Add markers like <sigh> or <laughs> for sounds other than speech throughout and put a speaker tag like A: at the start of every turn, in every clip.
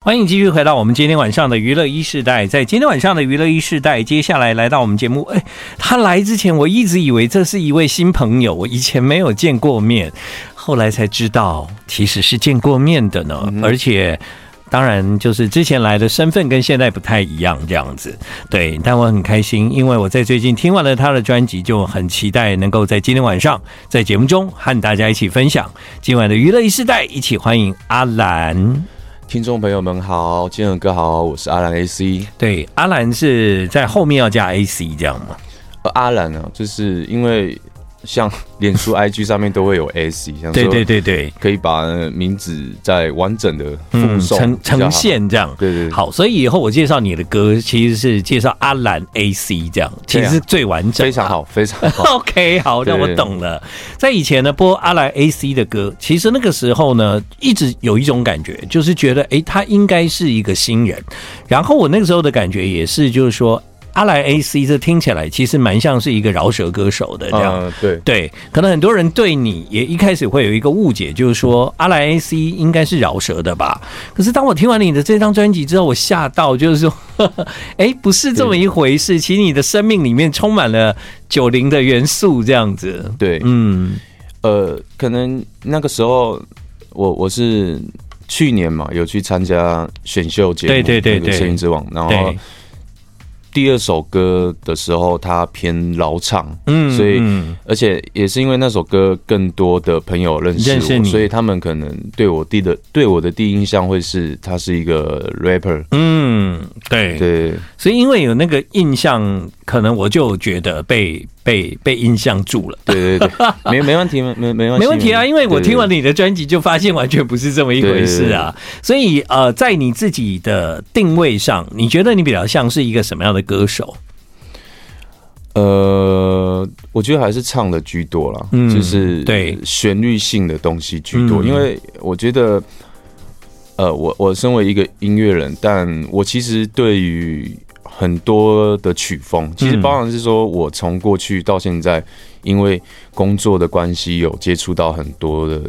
A: 欢迎继续回到我们今天晚上的娱乐一世代。在今天晚上的娱乐一世代，接下来来到我们节目，哎，他来之前我一直以为这是一位新朋友，我以前没有见过面，后来才知道其实是见过面的呢，而且。当然，就是之前来的身份跟现在不太一样，这样子。对，但我很开心，因为我在最近听完了他的专辑，就很期待能够在今天晚上在节目中和大家一起分享今晚的娱乐一世代，一起欢迎阿兰。
B: 听众朋友们好，金恒哥好，我是阿兰 AC。
A: 对，阿兰是在后面要加 AC 这样吗？
B: 呃，阿兰呢、啊，就是因为像脸书、IG 上面都会有
A: <laughs>
B: AC，像
A: 对对，对对，
B: 可以把名字再完整的附
A: 嗯，
B: 送、
A: 呈
B: 比较好
A: 呈。现这样。
B: 对对对
A: 好，所以以后我介绍你的歌，其实是介绍阿兰 AC 这样，其实是最完整、
B: 啊非常。好，非
A: <laughs>
B: 常好。
A: OK，好，那
B: 对
A: 我懂了。在以前呢，播阿兰 AC 的歌，其实那个时候呢，一直有一种感觉，就是觉得，诶，他应该是一个新人。然后我那个时候的感觉也是，就是说，阿兰 AC 这听起来其实蛮像是一个饶舌歌手的这样。
B: 嗯，对，
A: 对，可能很多人对你也一开始会有一个误解，就是说阿兰 AC 应该是饶舌的吧？可是当我听完你的这张专辑之后，我吓到，就是说， <laughs> 呵呵哎，不是这么一回事。其实你的生命里面充满了九零的元素，这样子。
B: 对，
A: 嗯，
B: 呃，可能那个时候我我是去年嘛，有去参加选秀节目，
A: 对对对
B: 那个
A: 对
B: 声音之王，然后
A: 对，
B: 第二首歌的时候，它偏老唱，
A: 嗯
B: 所以
A: 嗯
B: 而且也是因为那首歌，更多的朋友认识我，
A: 认识你
B: 所以他们可能对我第的对我的第一印象会是他是一个 rapper，
A: 嗯，对，
B: 对
A: 所以因为有那个印象，可能我就觉得被被被印象住了。
B: 对对对，没没问题，没没没关系，
A: 没问题啊，因为我听完
B: 你，
A: 你的专辑就发现完全不是这么一回事啊。所以呃，在你自己的定位上，你觉得你比较像是一个什么样的歌手？
B: 呃，我觉得还是唱的居多啦，
A: 嗯
B: 就是
A: 对
B: 旋律性的东西居多，
A: 嗯
B: 因为我觉得。呃，我我身为一个音乐人，但我其实对于很多的曲风，其实
A: 嗯
B: 包含是说我从过去到现在，因为工作的关系，有接触到很多的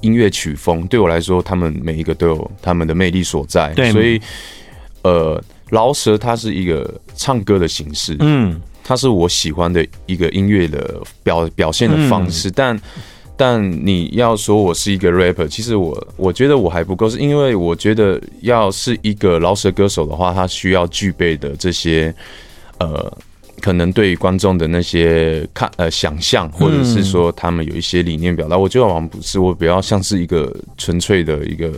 B: 音乐曲风，对我来说，他们每一个都有他们的魅力所在。
A: 对
B: 所以呃，饶舌它是一个唱歌的形式，
A: 嗯，
B: 它是我喜欢的一个音乐的表表现的方式，
A: 嗯
B: 但但你要说我是一个 rapper，其实我我觉得我还不够，是因为我觉得要是一个饶舌歌手的话，他需要具备的这些呃，可能对于观众的那些看呃想象，或者是说他们有一些理念表达，我觉得好像不是，我比较像是一个纯粹的一个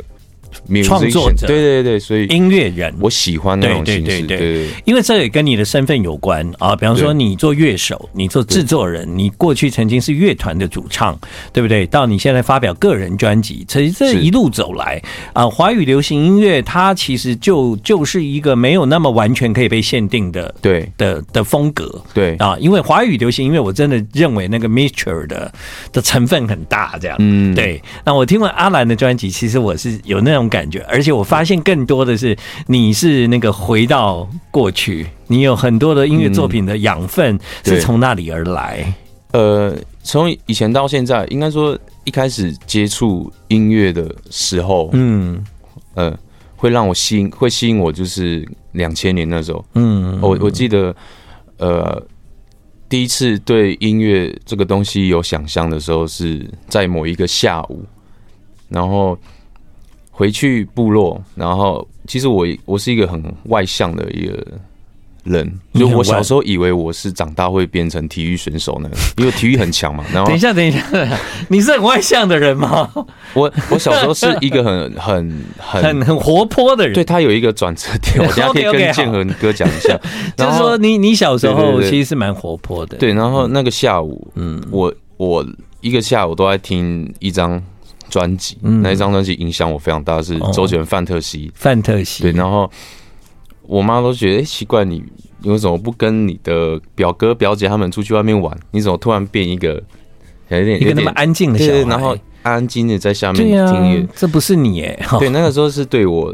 B: musician，
A: 创作者
B: 对对对，所以
A: 音乐人。
B: 我喜欢那种
A: 对
B: 形
A: 对
B: 式，
A: 对对
B: 对
A: 因为这也跟你的身份有关啊，比方说
B: 对
A: 你做乐手，你做制作人，你过去曾经是乐团的主唱，对不对？到你现在发表个人专辑，其实这
B: 是
A: 一路走来啊，华语流行音乐它其实就就是一个没有那么完全可以被限定的
B: 对
A: 的的风格，
B: 对
A: 啊，因为华语流行音乐，我真的认为那个 mixture 的的成分很大，这样。
B: 嗯
A: 对，那我听完阿兰的专辑，其实我是有那种感觉，而且我发现更多的是你是那个回到过去，你有很多的音乐作品的养分是
B: 对
A: 从那里而来。
B: 呃，从以前到现在，应该说一开始接触音乐的时候，
A: 嗯
B: 呃，会让我吸引，会吸引我，就是两千年那时候，
A: 嗯，
B: 我我记得，呃，第一次对音乐这个东西有想象的时候，是在某一个下午，然后回去部落，然后其实我我是一个很外向的一个。人，
A: 你
B: 就
A: 很
B: 我
A: 外
B: 小时候以为我是长大会变成体育选手呢，因为体育很强嘛。然后
A: 等一下，等一下，你是很外向的人吗？
B: 我我小时候是一个很 <laughs> 很很
A: 很很活泼的人，
B: 对，他有一个转折
A: <laughs>
B: 点，我等下可以
A: OK，OK，
B: 跟建恒哥讲一
A: <laughs>
B: 下。
A: 就
B: 然
A: 是
B: 后
A: 说你你小时
B: 对
A: 候
B: 对对
A: 其实是蛮活泼的。
B: 对，然后那个下午，嗯，我我一个下午都在听一张专辑，那一张专辑影响我非常大，是
A: 嗯哦
B: 周杰伦《范特西》。
A: 范特西，
B: 对，然后我妈都觉得、诶奇怪，你你为什么不跟你的表哥表姐他们出去外面玩？你怎么突然变一个有点
A: 一个
B: 有
A: 那么
B: 点
A: 安静的小
B: 对，
A: 孩，
B: 然后安安静静地在下面
A: 对啊
B: 听
A: 呀、
B: 音乐。
A: 这不是你哎，哈
B: 对，那个时候是对我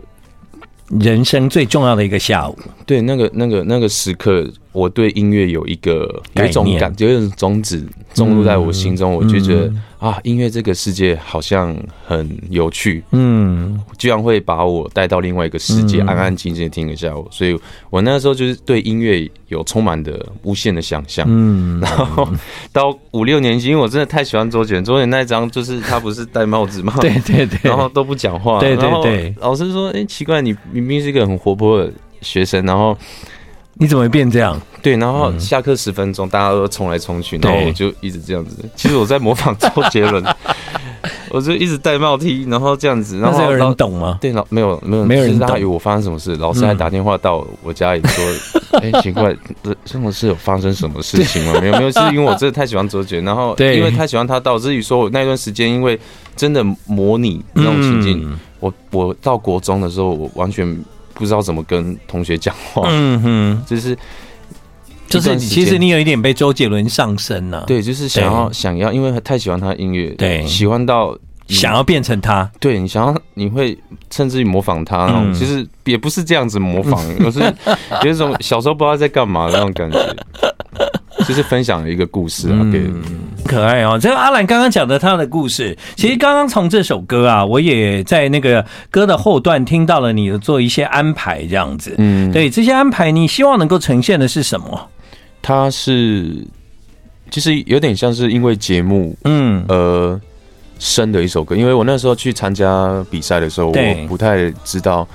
A: 人生最重要的一个下午。
B: 对，那个那个那个时刻我对音乐有一个有一
A: 概
B: 种
A: 念
B: 感，有一种种子种入在我心中，我就觉得、
A: 嗯
B: 啊，音乐这个世界好像很有趣，
A: 嗯
B: 居然会把我带到另外一个世界，
A: 嗯
B: 安安静静地听一下我。所以我那时候就是对音乐有充满的无限的想象。
A: 嗯，
B: 然后到五六年级，因为我真的太喜欢周杰伦，周杰伦那一张就是他不是戴帽子吗？
A: 对对对，
B: <laughs> 然后都不讲话。
A: 对对
B: 然后
A: 对
B: 老师说：“哎、奇怪，你明明是一个很活泼的学生，然后
A: 你怎么会变这样？
B: 对，然后下课十分钟，大家都冲来冲去，
A: 嗯对
B: 然后我就一直这样子。其实我在模仿周杰
A: <laughs>
B: 伦，我就一直戴帽 T，然后这样子，然
A: 那是
B: 后
A: 有人
B: 老
A: 懂吗？
B: 对老没有没有
A: 没有人
B: 就是大
A: 懂
B: 家以为我发生什么事，老师还打电话到我家里
A: <laughs>
B: 说：“哎、奇怪，这这种事有发生什么事情吗？没有没有，是因为我真的太喜欢周杰伦，然后
A: <laughs> 对
B: 因为太喜欢他，导致于说我那段时间因为真的模拟那种情境。
A: 嗯
B: 我我到国中的时候，我完全不知道怎么跟同学讲话，
A: 嗯哼，
B: 就是
A: 就是其实
B: 你。
A: 你有一点被周杰伦上身啊了、，
B: 对，就是想要想要，因为太喜欢他的音乐，
A: 对
B: 喜欢到你
A: 想要变成他，
B: 对你想要，你会甚至于模仿他那种，
A: 嗯
B: 其实也不是这样子模
A: <laughs>
B: 仿，而是有一种小时候不知道在干嘛的那种感觉。 <laughs> 就是分享了一个故事啊，
A: 嗯
B: 给
A: 可爱哦。这个阿兰刚刚讲的他的故事，其实刚刚从这首歌啊，我也在那个歌的后段听到了你的做一些安排，这样子。
B: 嗯，
A: 对这些安排，你希望能够呈现的是什么？
B: 他是其实有点像是因为节目
A: 嗯，
B: 呃生的一首歌，因为我那时候去参加比赛的时候，
A: 对
B: 我不太知道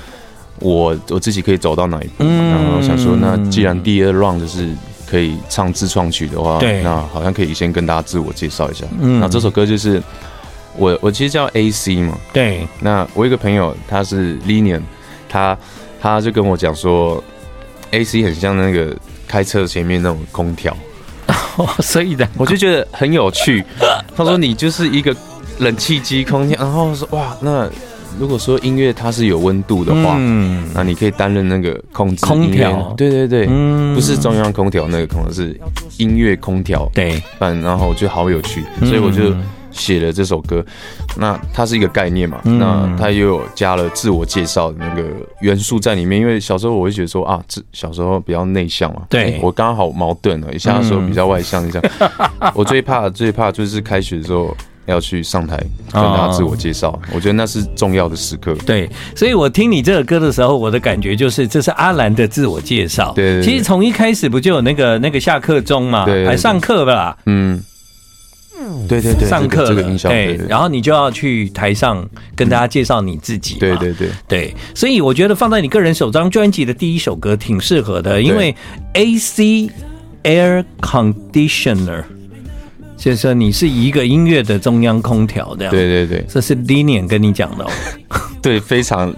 B: 我我自己可以走到哪一步，
A: 嗯
B: 然后想说，那既然第二 round 就是可以唱自创曲的话，
A: 对
B: 那好像可以先跟大家自我介绍一下。
A: 嗯
B: 那这首歌就是我我其实叫 AC 嘛， <laughs>
A: 对，
B: 那我有一个朋友他是 Linian，他他就跟我讲说，AC 很像那个开车前面那种空调。哦
A: 所以的，
B: 我就觉得很有趣。 <laughs> 他说你就是一个冷气机空调，然后说哇，那如果说音乐它是有温度的话，
A: 嗯
B: 那你可以担任那个控制
A: 空
B: 音乐
A: 调
B: 对对对，
A: 嗯
B: 不是中央空调那个空调是音乐空调。
A: 对，
B: 办，然后我觉得好有趣，
A: 嗯
B: 所以我就写了这首歌。那它是一个概念嘛，
A: 嗯
B: 那它也有加了自我介绍的那个元素在里面。因为小时候我会觉得说啊，这小时候比较内向嘛，
A: 对
B: 诶我刚好矛盾了，一下说比较外向，
A: <laughs>
B: 一下我最怕最怕就是开学的时候。要去上台跟大家自我介绍，我觉得那是重要的时刻。
A: 对，所以我听你这个歌的时候，我的感觉就是这是阿兰的自我介绍。
B: 对对对
A: 其实从一开始不就有那个那个下课钟嘛，
B: 对对对
A: 还上课吧啦，
B: 嗯，对对对，
A: 上
B: 这个
A: 课了，哎
B: 这个音效，对对
A: 然后你就要去台上跟大家介绍你自己嘛。
B: 对对对，
A: 对，所以我觉得放在你个人首张专辑的第一首歌挺适合的，因为 AC Air Conditioner，就是说你是一个音乐的中央空调这样。
B: 对对对，
A: 这是 Linian 跟你讲的、哦，
B: 对，非常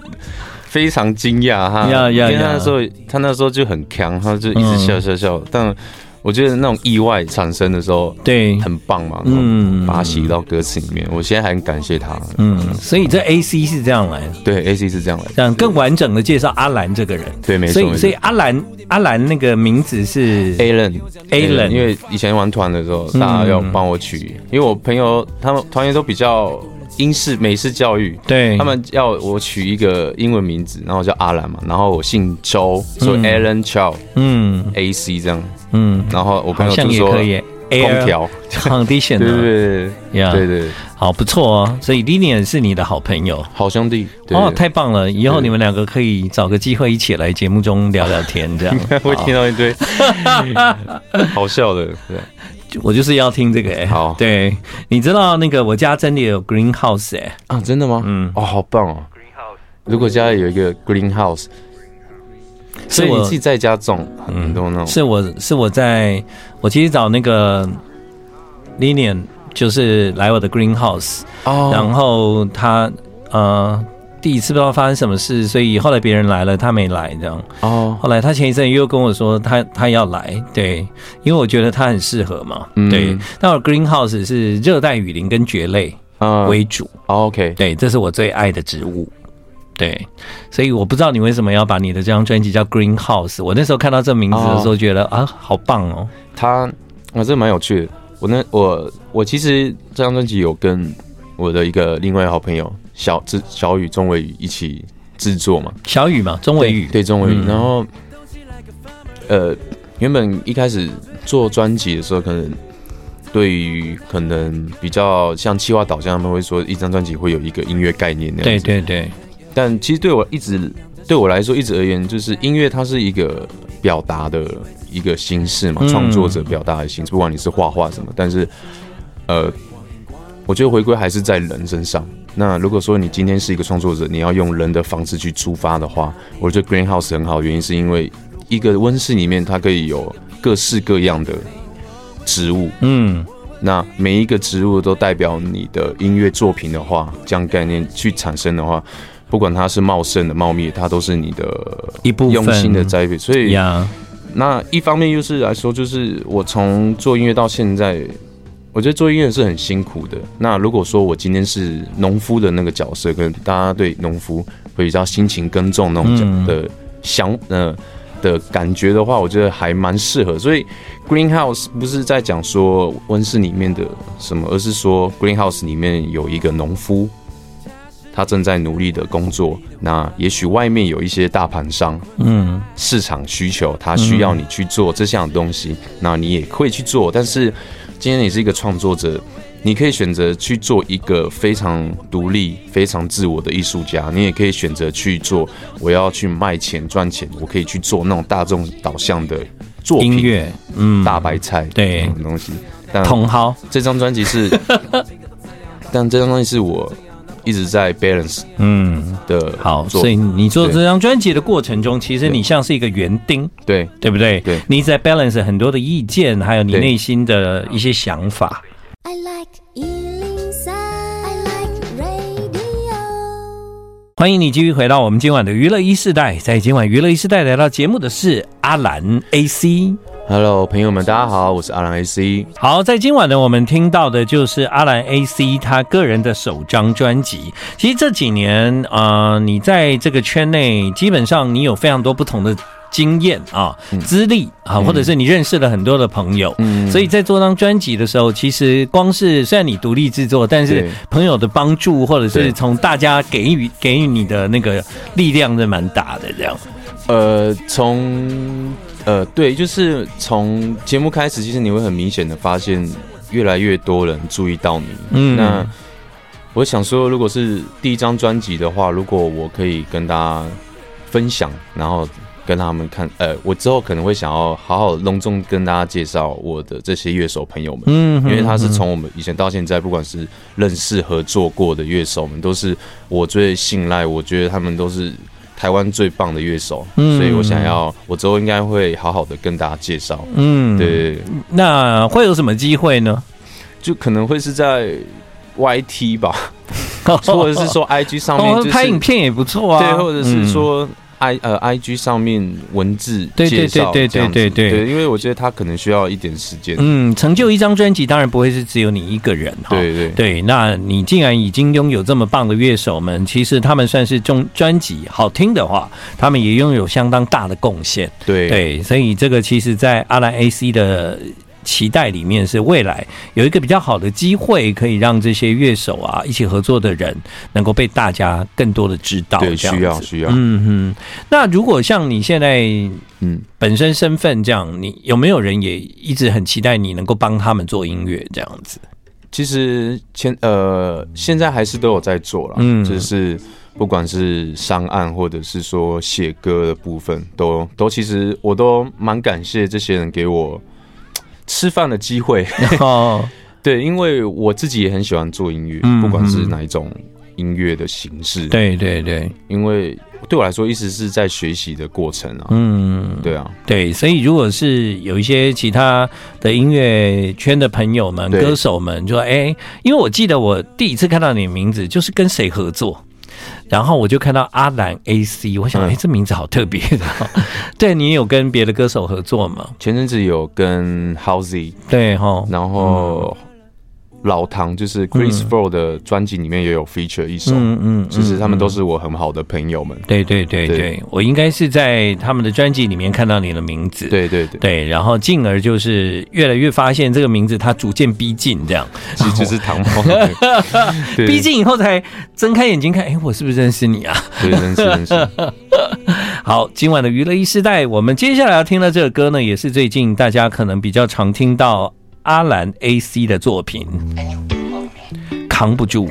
B: 非常惊讶哈，
A: 呀呀
B: 因为他
A: 呀
B: 那时候他那时候就很强，他就一直笑笑笑。但我觉得那种意外产生的时候，
A: 对，
B: <laughs> 很棒嘛，
A: 嗯
B: 嗯，把它写到歌词里面。我现在还很感谢他，
A: 嗯，所以这 AC 是这样来的。
B: 对，AC 是这样来的，
A: 让更完整的介绍阿兰这个人，
B: 对没错
A: 所
B: 没
A: 以
B: 错哎
A: 所以阿兰阿兰那个名字是
B: Alan
A: Alan
B: 因为以前玩团的时候，大家要帮我取，
A: 嗯
B: 因为我朋友他们团员都比较英式美式教育，
A: 对
B: 他们要我取一个英文名字，然后我叫阿兰嘛，然后我姓周，所以 Alan Chow
A: 嗯
B: AC 这样，
A: 嗯，
B: 然后我
A: 好
B: 朋友
A: 像
B: 就
A: 也
B: 说
A: 可以
B: 空
A: Air
B: 调，
A: Condition
B: 对
A: 对
B: 对
A: 呀
B: 对对对，
A: 好不错哦，所以 Linian 是你的好朋友
B: 好兄弟，对
A: 哦，
B: 对 <laughs>
A: 太棒了！以后
B: 对
A: 你们两个可以找个机会一起来节目中聊聊天，
B: <laughs>
A: 这样
B: 会
A: 好
B: 听到一堆好笑的，对，
A: 我就是要听这个哎、
B: 好
A: 对，你知道那个我家真的有 greenhouse 哎、
B: 啊，真的吗？嗯，哦，好棒哦。如果家里有一个 greenhouse，所以你
A: 我
B: 自己在家种很多那种，
A: 是我是我在我其实找那个 Linian 就是来我的 greenhouse，、
B: 哦，
A: 然后他呃第一次不知道发生什么事，所以后来别人来了他没来这样。
B: 哦，
A: 后来他前一阵又跟我说他他要来，对，因为我觉得他很适合嘛，
B: 嗯
A: 对。那我 greenhouse 是热带雨林跟蕨类
B: 啊
A: 为主，
B: ，OK，
A: 对，这是我最爱的植物。对，所以我不知道你为什么要把你的这张专辑叫 Greenhouse。我那时候看到这名字的时
B: 哦
A: 候，觉得、啊，好棒哦。
B: 他啊，这蛮有趣的。我那我我其实这张专辑有跟我的一个另外一个好朋友小志小雨钟伟宇一起制作嘛，
A: 小雨嘛，钟伟宇，
B: 对中文语，
A: 嗯
B: 然后呃，原本一开始做专辑的时候，可能对于可能比较像企划导向，他们会说一张专辑会有一个音乐概念那样
A: 对
B: 子。
A: 对对，
B: 但其实对我一直对我来说，一直而言，就是音乐它是一个表达的一个形式嘛，
A: 嗯
B: 创、作者表达的形式，不管你是画画什么，但是呃，我觉得回归还是在人身上。那如果说你今天是一个创作者，你要用人的方式去出发的话，我觉得 Greenhouse 很好，原因是因为一个温室里面它可以有各式各样的植物，
A: 嗯
B: 那每一个植物都代表你的音乐作品的话，这样概念去产生的话，不管它是茂盛的、茂密的，它都是你的
A: 一部分
B: 用心的栽培。所以，
A: 呀，
B: 那一方面又是来说，就是我从做音乐到现在，我觉得做音乐是很辛苦的。那如果说我今天是农夫的那个角色，跟大家对农夫会比较辛勤耕种那种角
A: 嗯
B: 的想呃的感觉的话，我觉得还蛮适合。所以 greenhouse 不是在讲说温室里面的什么，而是说 greenhouse 里面有一个农夫。他正在努力的工作，那也许外面有一些大盘商，
A: 嗯
B: 市场需求，它需要你去做这项东西，那你也会去做。但是今天你是一个创作者，你可以选择去做一个非常独立、非常自我的艺术家，你也可以选择去做我要去卖钱赚钱，我可以去做那种大众导向的作品，
A: 音乐，嗯，
B: 大白菜
A: 对
B: 这种东西。但
A: 同好，
B: 这张专辑是，
A: <laughs>
B: 但这张专辑是我一直在 balance
A: 嗯，
B: 的
A: 好，
B: 做
A: 所以你做
B: 对
A: 这张专辑的过程中，其实
B: 对
A: 你像是一个园丁，
B: 对
A: 对不对？
B: 对
A: 你一直在 balance 很多的意见，还有你
B: 对
A: 内心的一些想法。
C: I like Ealing Sound. I like radio.
A: 欢迎你继续回到我们今晚的娱乐一世代，在今晚娱乐一世代来到节目的是阿兰 AC。
B: ，Hello，朋友们，大家好，我是阿郎 AC。
A: 好，在今晚呢，我们听到的就是阿兰 AC 他个人的首张专辑。其实这几年，呃，你在这个圈内，基本上你有非常多不同的经验啊、
B: 嗯
A: 资历啊，或者是你认识了很多的朋友。所以在做这张专辑的时候，其实光是虽然你独立制作，但是
B: 对
A: 朋友的帮助，或者是
B: 对
A: 从大家给予给予你的那个力量，是蛮大的。这样，
B: 呃，从呃对，就是从节目开始，其实你会很明显的发现，越来越多人注意到你。
A: 嗯
B: 那我想说，如果是第一张专辑的话，如果我可以跟大家分享，然后跟他们看，呃，我之后可能会想要好好隆重跟大家介绍我的这些乐手朋友们。
A: 嗯
B: 因为他是从我们以前到现在，不管是认识、合作过的乐手们，都是我最信赖，我觉得他们都是台湾最棒的乐手，
A: 嗯
B: 所以我想要，我之后应该会好好的跟大家介绍。
A: 嗯，
B: 对，
A: 那会有什么机会呢？ <laughs>
B: 就可能会是在 YT
A: <laughs>
B: 吧，或者是说 IG 上面，
A: 哦
B: 就，是
A: 拍影，片也不错啊，
B: 对，或者是
A: 嗯。
B: 说 I 呃 IG 上面文字
A: 对对
B: 介绍
A: 对对
B: 这样子，
A: 对对对
B: 对，因为我觉得他可能需要一点时间，
A: 嗯，成就一张专辑当然不会是只有你一个人哈。
B: 对对
A: 对，那你竟然已经拥有这么棒的乐手们，其实他们算是中专辑好听的话，他们也拥有相当大的贡献。
B: 对
A: 对，所以这个其实，在阿兰 AC 的。期待里面是未来有一个比较好的机会，可以让这些乐手啊一起合作的人能够被大家更多的知道。
B: 对，
A: 这样
B: 需要
A: 子
B: 需要，
A: 嗯哼，那如果像你现在
B: 嗯。
A: 本身身份这样，你有没有人也一直很期待你能够帮他们做音乐这样
B: <laughs>
A: 子？
B: 其实前呃，现在还是都有在做啦，
A: 嗯
B: 就是不管是上岸或者是说写歌的部分，都都其实我都蛮感谢这些人给我嘖吃饭的机会， <laughs>
A: 哦，
B: 对，因为我自己也很喜欢做音乐，
A: 嗯
B: 不管是哪一种音乐的形式，，
A: 对对对，
B: 因为对我来说一直是在学习的过程啊，
A: 嗯，
B: 对啊，
A: 对，所以如果是有一些其他的音乐圈的朋友们、
B: 对
A: 歌手们，就说哎、因为我记得我第一次看到你的名字就是跟谁合作。然后我就看到阿兰 AC，我想，
B: 嗯
A: 哎、这名字好特别的哦、 <laughs> 对你有跟别的歌手合作吗？
B: 前阵子有跟 Howzy
A: 对哈，
B: 然后
A: 嗯
B: 老唐就是 Chris f o r 的专辑里面也有 feature 一首，
A: 嗯嗯，
B: 其实他们
A: 嗯
B: 都是我很好的朋友们。
A: 对对对对，
B: 对
A: 我应该是在他们的专辑里面看到你的名字。
B: 对对对，
A: 对然后进而就是越来越发现这个名字它逐渐逼近，这样
B: <laughs> 其实就是唐猫。 <laughs> 对对
A: 逼近以后才睁开眼睛看，哎，我是不是认识你啊？
B: <laughs> 对，认识认识。
A: 好，今晚的娱乐一时代，我们接下来要听到这个歌呢，也是最近大家可能比较常听到阿兰 AC 的作品《扛不住》。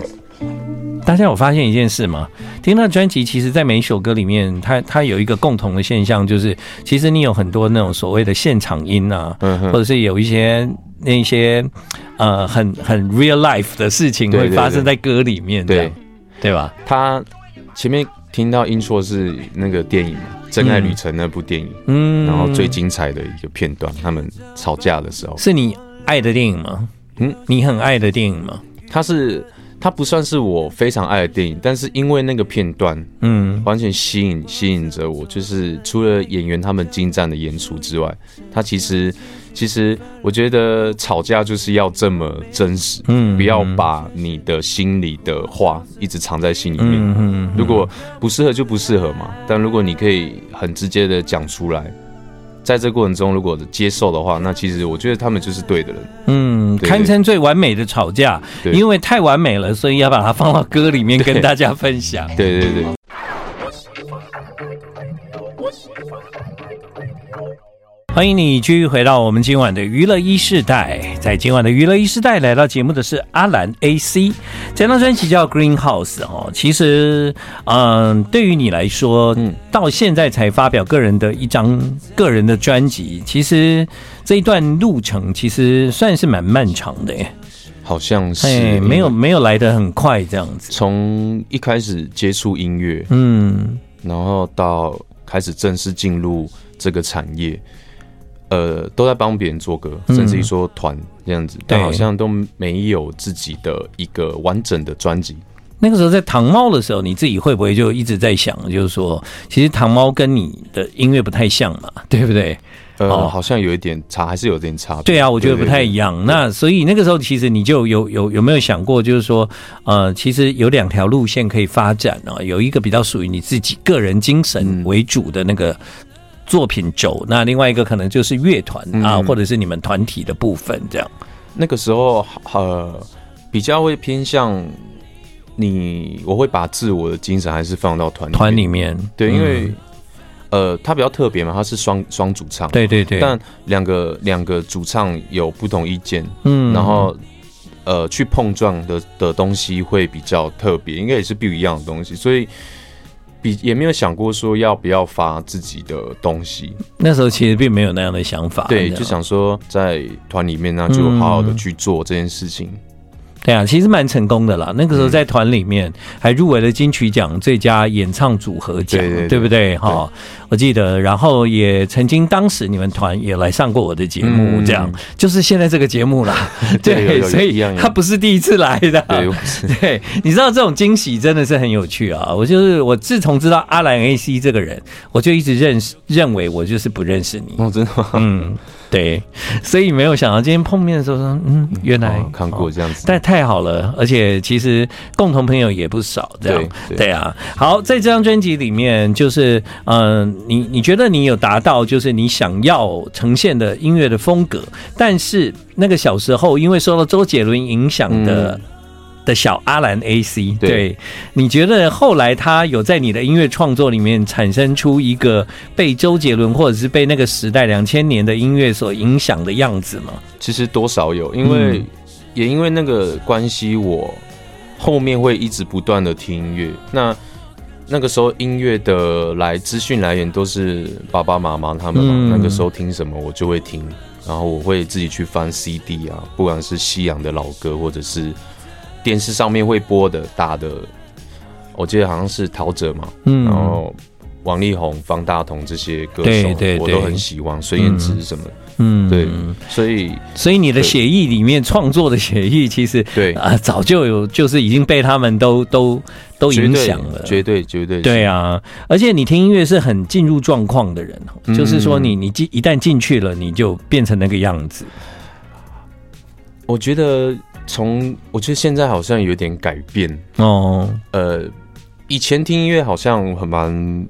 A: 大家有发现一件事吗？听到专辑，其实在每一首歌里面，它它有一个共同的现象，就是其实你有很多那种所谓的现场音啊，
B: 嗯
A: 或
B: 哼，
A: 者是有一些那些呃很很 real life 的事情
B: 对
A: 会
B: 对
A: 发生在歌里面这样，
B: 对
A: 对吧？
B: 他前面听到音错是那个电影嘛《真爱旅程》那部电影，
A: 嗯
B: 然后最精彩的一个片段，他们吵架的时候，
A: 是你爱的电影吗？嗯
B: 嗯，
A: 你很爱的电影吗？
B: 他是他不算是我非常爱的电影，但是因为那个片段
A: 嗯
B: 完全吸引吸引着我，就是除了演员他们精湛的演出之外，他其实其实我觉得吵架就是要这么真实，
A: 嗯
B: 不要把你的心里的话一直藏在心里面。
A: 嗯嗯，
B: 如果不适合就不适合嘛，但如果你可以很直接的讲出来，在这过程中如果接受的话，那其实我觉得他们就是对的人。
A: 嗯，
B: 对
A: 堪称最完美的吵架，
B: 对
A: 因为太完美了，所以要把它放到歌里面跟大家分享。
B: 对对对，
A: 欢迎你继续回到我们今晚的娱乐一世代，在今晚的娱乐一世代来到节目的是阿兰 AC，这张专辑叫《Green House》哦。其实，嗯，对于你来说，
B: 嗯
A: 到现在才发表个人的一张个人的专辑，其实这一段路程其实算是蛮漫长的耶，
B: 好像是、
A: 哎，没有没有来得很快这样子，
B: 从一开始接触音乐，
A: 嗯
B: 然后到开始正式进入这个产业，呃，都在帮别人做歌，
A: 嗯
B: 甚至于说团这样子，
A: 对
B: 但好像都没有自己的一个完整的专辑。
A: 那个时候在糖猫的时候，你自己会不会就一直在想，就是说，其实糖猫跟你的音乐不太像嘛， <laughs> 对不对？
B: 呃，
A: 哦
B: 好像有一点差，还是有点差别。
A: 对啊，我觉得不太一
B: 样。
A: 样。那所以那个时候，其实你就有有有没有想过，就是说，呃，其实有两条路线可以发展啊，有一个比较属于你自己个人精
B: 嗯
A: 神为主的那个。作品轴，那另外一个可能就是乐团啊，
B: 嗯
A: 或者是你们团体的部分这样。
B: 那个时候，呃，比较会偏向你，我会把自我的精神还是放到团
A: 团
B: 里
A: 里
B: 面。
A: 面，
B: 对，因
A: 嗯
B: 为、呃，他比较特别嘛，他是双双主唱。
A: 对对对，
B: 但两个两个主唱有不同意见，
A: 嗯
B: 然后呃去碰撞的的东西会比较特别，应该也是不一样的东西，所以比也没有想过说要不要发自己的东西，
A: 那时候其实并没有那样的哦嗯想法，
B: 对，
A: 这样
B: 就想说在团里面那就好好的去做这件事情，
A: 对啊，其实蛮成功的啦。那个
B: 嗯
A: 时候在团里面还入围了金曲奖最佳演唱组合奖，
B: 对对对
A: 不对？哈，我记得，然后也曾经当时你们团也来上过我的节目，
B: 嗯
A: 这样、就是现在这个节目
B: <laughs>
A: 啦。
B: 对有有有
A: 所
B: 一
A: 以
B: 样有
A: 他不是第一次来的。
B: 对，我是，
A: <laughs> 对，你知道这种惊喜真的是很有趣啊！我就是我自从知道阿兰 AC 这个人，我就一直认识认为我就是不认识你
B: <laughs> 哦，真的吗？
A: <laughs> 嗯，对，所以没有想到今天碰面的时候说，嗯，原来、
B: 哦看过这样子，
A: 但太好了，而且其实共同朋友也不少，这样
B: 对对
A: 对啊。好，在这张专辑里面，就是嗯、呃你你觉得你有达到就是你想要呈现的音乐的风格，但是那个小时候因为受到周杰伦影响的、的小阿兰 AC，
B: 嗯对
A: 你觉得后来他有在你的音乐创作里面产生出一个被周杰伦或者是被那个时代两千年的音乐所影响的样子吗？
B: 其实多少有，因为、
A: 嗯
B: 也因为那个关系，我后面会一直不断的听音乐。那那个时候音乐的来资讯来源都是爸爸妈妈他们嘛，
A: 嗯
B: 那个时候听什么我就会听，然后我会自己去翻 CD 啊，不管是西洋的老歌或者是电视上面会播的打的，我记得好像是陶喆嘛，
A: 嗯
B: 然后王力宏、方大同这些歌手，
A: 对对
B: 我
A: 对
B: 都很喜欢，孙燕姿什么的，
A: 嗯
B: 对，所以
A: 所以你的协议里面创作的协议，其实
B: 对
A: 啊、早就有，就是已经被他们都都都影响了。
B: 绝对绝对绝
A: 对啊，而且你听音乐是很进入状况的人，哦，
B: 嗯
A: 就是说你你进一旦进去了，你就变成那个样子。
B: 我觉得从我觉得现在好像有点改变，
A: 哦，
B: 呃，以前听音乐好像很蛮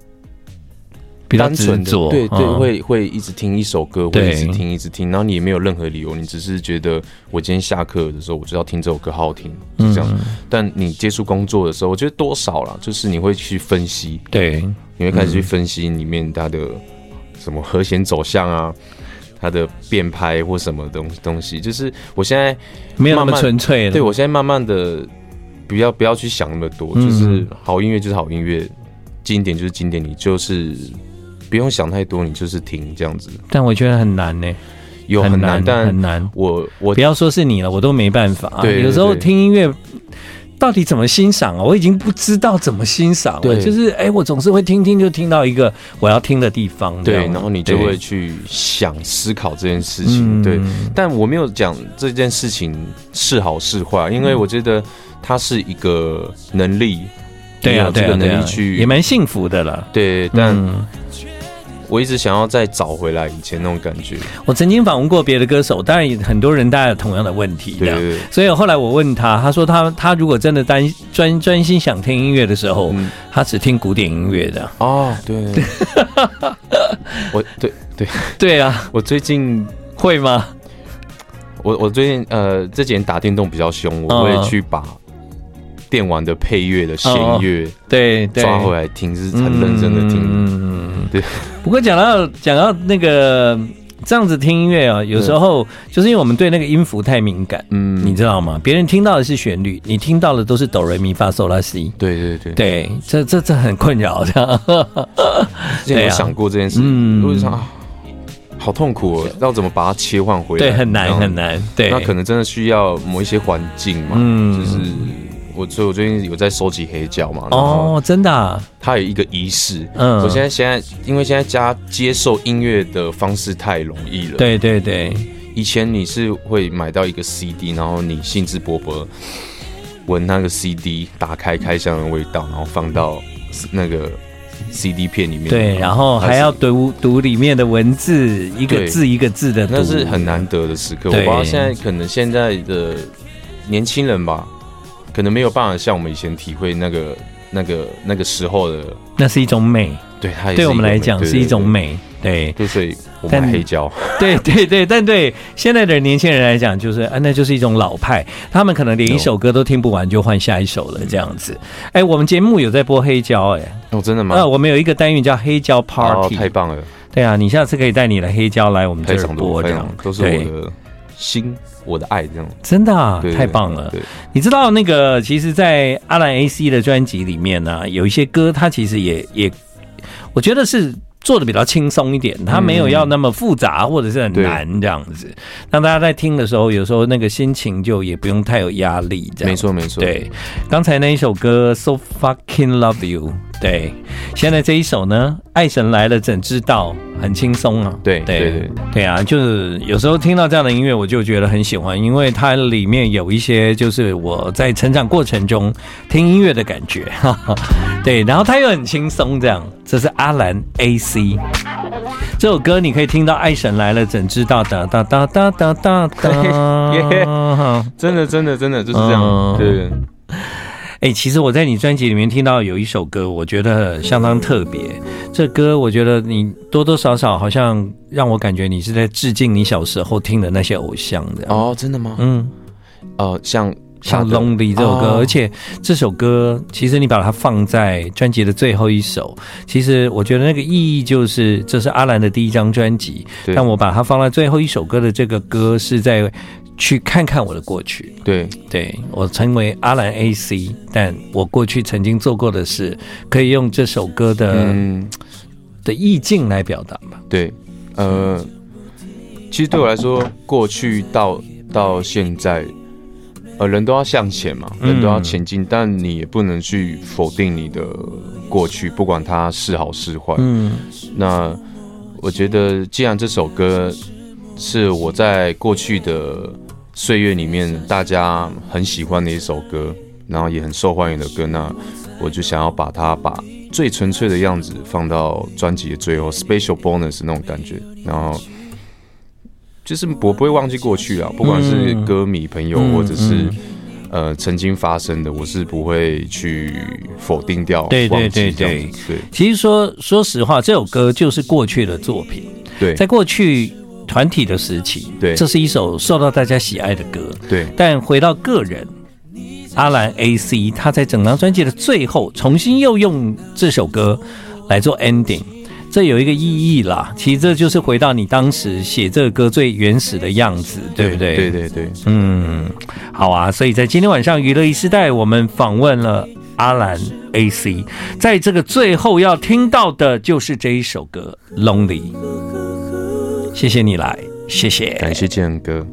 A: 比较
B: 单
A: 执
B: 纯的
A: 着，
B: 对对，
A: 嗯
B: 会会一直听一首歌，会
A: 对
B: 一直听一直听，然后你也没有任何理由，你只是觉得我今天下课的时候我就要听这首歌，好好听，
A: 嗯
B: 是这样。但你接触工作的时候，我觉得多少啦，就是你会去分析，
A: 对，
B: 你会开始去分析里面它的什么和弦走向啊，它的变拍或什么东东西，就是我现在
A: 没有那
B: 慢
A: 么
B: 慢
A: 纯粹了。
B: 对我现在慢慢的不要不要去想那么多，
A: 嗯
B: 就是好音乐就是好音乐，经典就是经典，你就是不用想太多，你就是听这样子，
A: 但我觉得很难呢、
B: 有很难，
A: 难，很
B: 但
A: 难。
B: 我我
A: 不要说是你了，我都没办法、
B: 对对
A: 有时候
B: 对
A: 听音乐。到底怎么欣赏啊？我已经不知道怎么欣赏了。
B: 对
A: 就是哎、我总是会听听就听到一个我要听的地方。这
B: 对，
A: 样
B: 然后你就
A: 对
B: 会去想思考这件事情，
A: 嗯
B: 对。但我没有讲这件事情是好是坏，因为
A: 嗯
B: 我觉得它是一个能力，
A: 对
B: 你
A: 啊
B: 有
A: 对
B: 这
A: 啊
B: 个
A: 对
B: 能
A: 啊
B: 力，去
A: 也蛮幸福的了。
B: 对。但
A: 嗯
B: 我一直想要再找回来以前那种感觉，
A: 我曾经访问过别的歌手，当然也很多人大家有同样的问题。这
B: 对
A: 样
B: 对对，
A: 所以后来我问他，他说他他如果真的单专专心想听音乐的时候，
B: 嗯
A: 他只听古典音乐的。
B: 哦，
A: <laughs>
B: 对，我对对，
A: 对啊，
B: 我最近
A: 会吗？
B: 我我最近呃，这几年打电动比较凶，
A: 嗯
B: 我会去把电玩的配乐的弦乐
A: 对哦对，
B: 抓回来听，是很认真的听。
A: 嗯
B: 对。
A: 不过讲到讲到那个这样子听音乐啊，有时候就是因为我们对那个音符太敏感，
B: 嗯，
A: 你知道吗？别人听到的是旋律，你听到的都是哆来咪发嗦拉西。
B: 对对对，
A: 对，这这这很困扰
B: 啊
A: 的。
B: 之前
A: 对
B: 有
A: 啊
B: 想过这件事，
A: 嗯
B: 我就想啊，好痛苦哦，要怎么把它切换回来？
A: 对，很
B: 然
A: 难
B: 后
A: 很。难。对，
B: 那可能真的需要某一些环境嘛，
A: 嗯
B: 就是我，所以我最近有在收集黑胶嘛，然后
A: 哦，真的啊，
B: 它有一个仪式。
A: 嗯
B: 我现在现在，因为现在家接受音乐的方式太容易了。，
A: 对对对。
B: 以前你是会买到一个 CD，然后你兴致勃勃闻那个 CD，打开开箱的味道，然后放到那个 CD 片里面。
A: 对，然后还要
B: 但是
A: 读读里面的文字，一个
B: 对
A: 字一个字的读，
B: 那是很难得的时刻。我不
A: 对
B: 知道现在可能现在的年轻人吧，可能没有办法像我们以前体会那个那个那个时候的。
A: 那是一种美，
B: 对，它也哎是一
A: 对
B: 个
A: 我们来
B: 美
A: 讲
B: 对
A: 是一
B: 对
A: 种
B: 对
A: 美。对 <laughs>
B: 对，所以我
A: 但
B: 买黑胶。
A: 对对对，但对现在的年轻人来讲，就是啊，那就是一种老派，他们可能连一首歌都听不完就换下一首了，这样子。哎，我们节目有在播黑胶，哎，
B: 哦，真的吗？
A: 那我们有一个单元叫黑胶
B: 哦，
A: Party，
B: 太棒了！
A: 对啊，你下次可以带你的黑胶来我们这
B: 非
A: 儿
B: 常
A: 播，
B: 多，
A: 这
B: 非
A: 样
B: 常多都是
A: 对
B: 我的心，我的爱这样。
A: 真的啊
B: 对，对
A: 太棒了。
B: 对，
A: 你知道那个，其实，在阿兰 AC 的专辑里面呢、有一些歌，它其实也也，我觉得是做的比较轻松一点，它没有要那么复杂或者是很难这样子，让大家在听的时候，有时候那个心情就也不用太有压力。这样
B: 没错没错。
A: 对，刚才那一首歌《So Fucking Love You》，对，现在这一首呢，《爱神来了怎知道》，很轻松啊。
B: 对对对
A: 对啊，就是有时候听到这样的音乐，我就觉得很喜欢，因为它里面有一些就是我在成长过程中听音乐的感觉， <laughs> 哈哈。对，然后它又很轻松，这样。这是阿兰 AC 这首歌，你可以听到《爱神来了怎知道》哒哒哒哒哒哒
B: <laughs>
A: 哒。
B: 耶真的真的真的就是这样。
A: 嗯
B: 对，
A: 哎、其实我在你专辑里面听到有一首歌，我觉得相当特别。这歌我觉得你多多少少好像让我感觉你是在致敬你小时候听的那些偶像的。哦，
B: 哦，真的吗？
A: 嗯，
B: 哦，像
A: 像《
B: 他的
A: Lonely》这首歌，
B: 哦
A: 而且这首歌其实你把它放在专辑的最后一首，其实我觉得那个意义就是这是阿兰的第一张专辑，
B: 对
A: 但我把它放在最后一首歌的这个歌是在去看看我的过去。
B: 对
A: 对我成为阿兰 AC，但我过去曾经做过的事，可以用这首歌的、
B: 嗯
A: 的意境来表达吧。
B: 对呃，其实对我来说，过去到到现在。呃，人都要向前嘛，
A: 嗯
B: 人都要前进，但你也不能去否定你的过去，不管它是好是坏。
A: 嗯
B: 那我觉得，既然这首歌是我在过去的岁月里面大家很喜欢的一首歌，然后也很受欢迎的歌，那我就想要把它把最纯粹的样子放到专辑的最后，special bonus 那种感觉，然后。就是我不会忘记过去啊，不管是
A: 嗯
B: 歌迷朋友，
A: 嗯
B: 或者是
A: 嗯
B: 呃曾经发生的，我是不会去否定掉，
A: 对对
B: 忘
A: 对
B: 记这样
A: 对
B: 子
A: 其实说说实话，这首歌就是过去的作品，
B: 对
A: 在
B: 对
A: 过去团体的时期，
B: 对
A: 这是一首受到大家喜爱的歌。
B: 对
A: 但回到个人，阿兰 A.C. 他在整张专辑的最后重新又用这首歌来做 ending，这有一个意义啦。其实这就是回到你当时写这个歌最原始的样子，对不对？
B: 对对对，
A: 嗯，好啊，所以在今天晚上娱乐一时代，我们访问了阿兰 AC，在这个最后要听到的就是这一首歌《Lonely》，谢谢你来，谢谢，
B: 感谢建哥。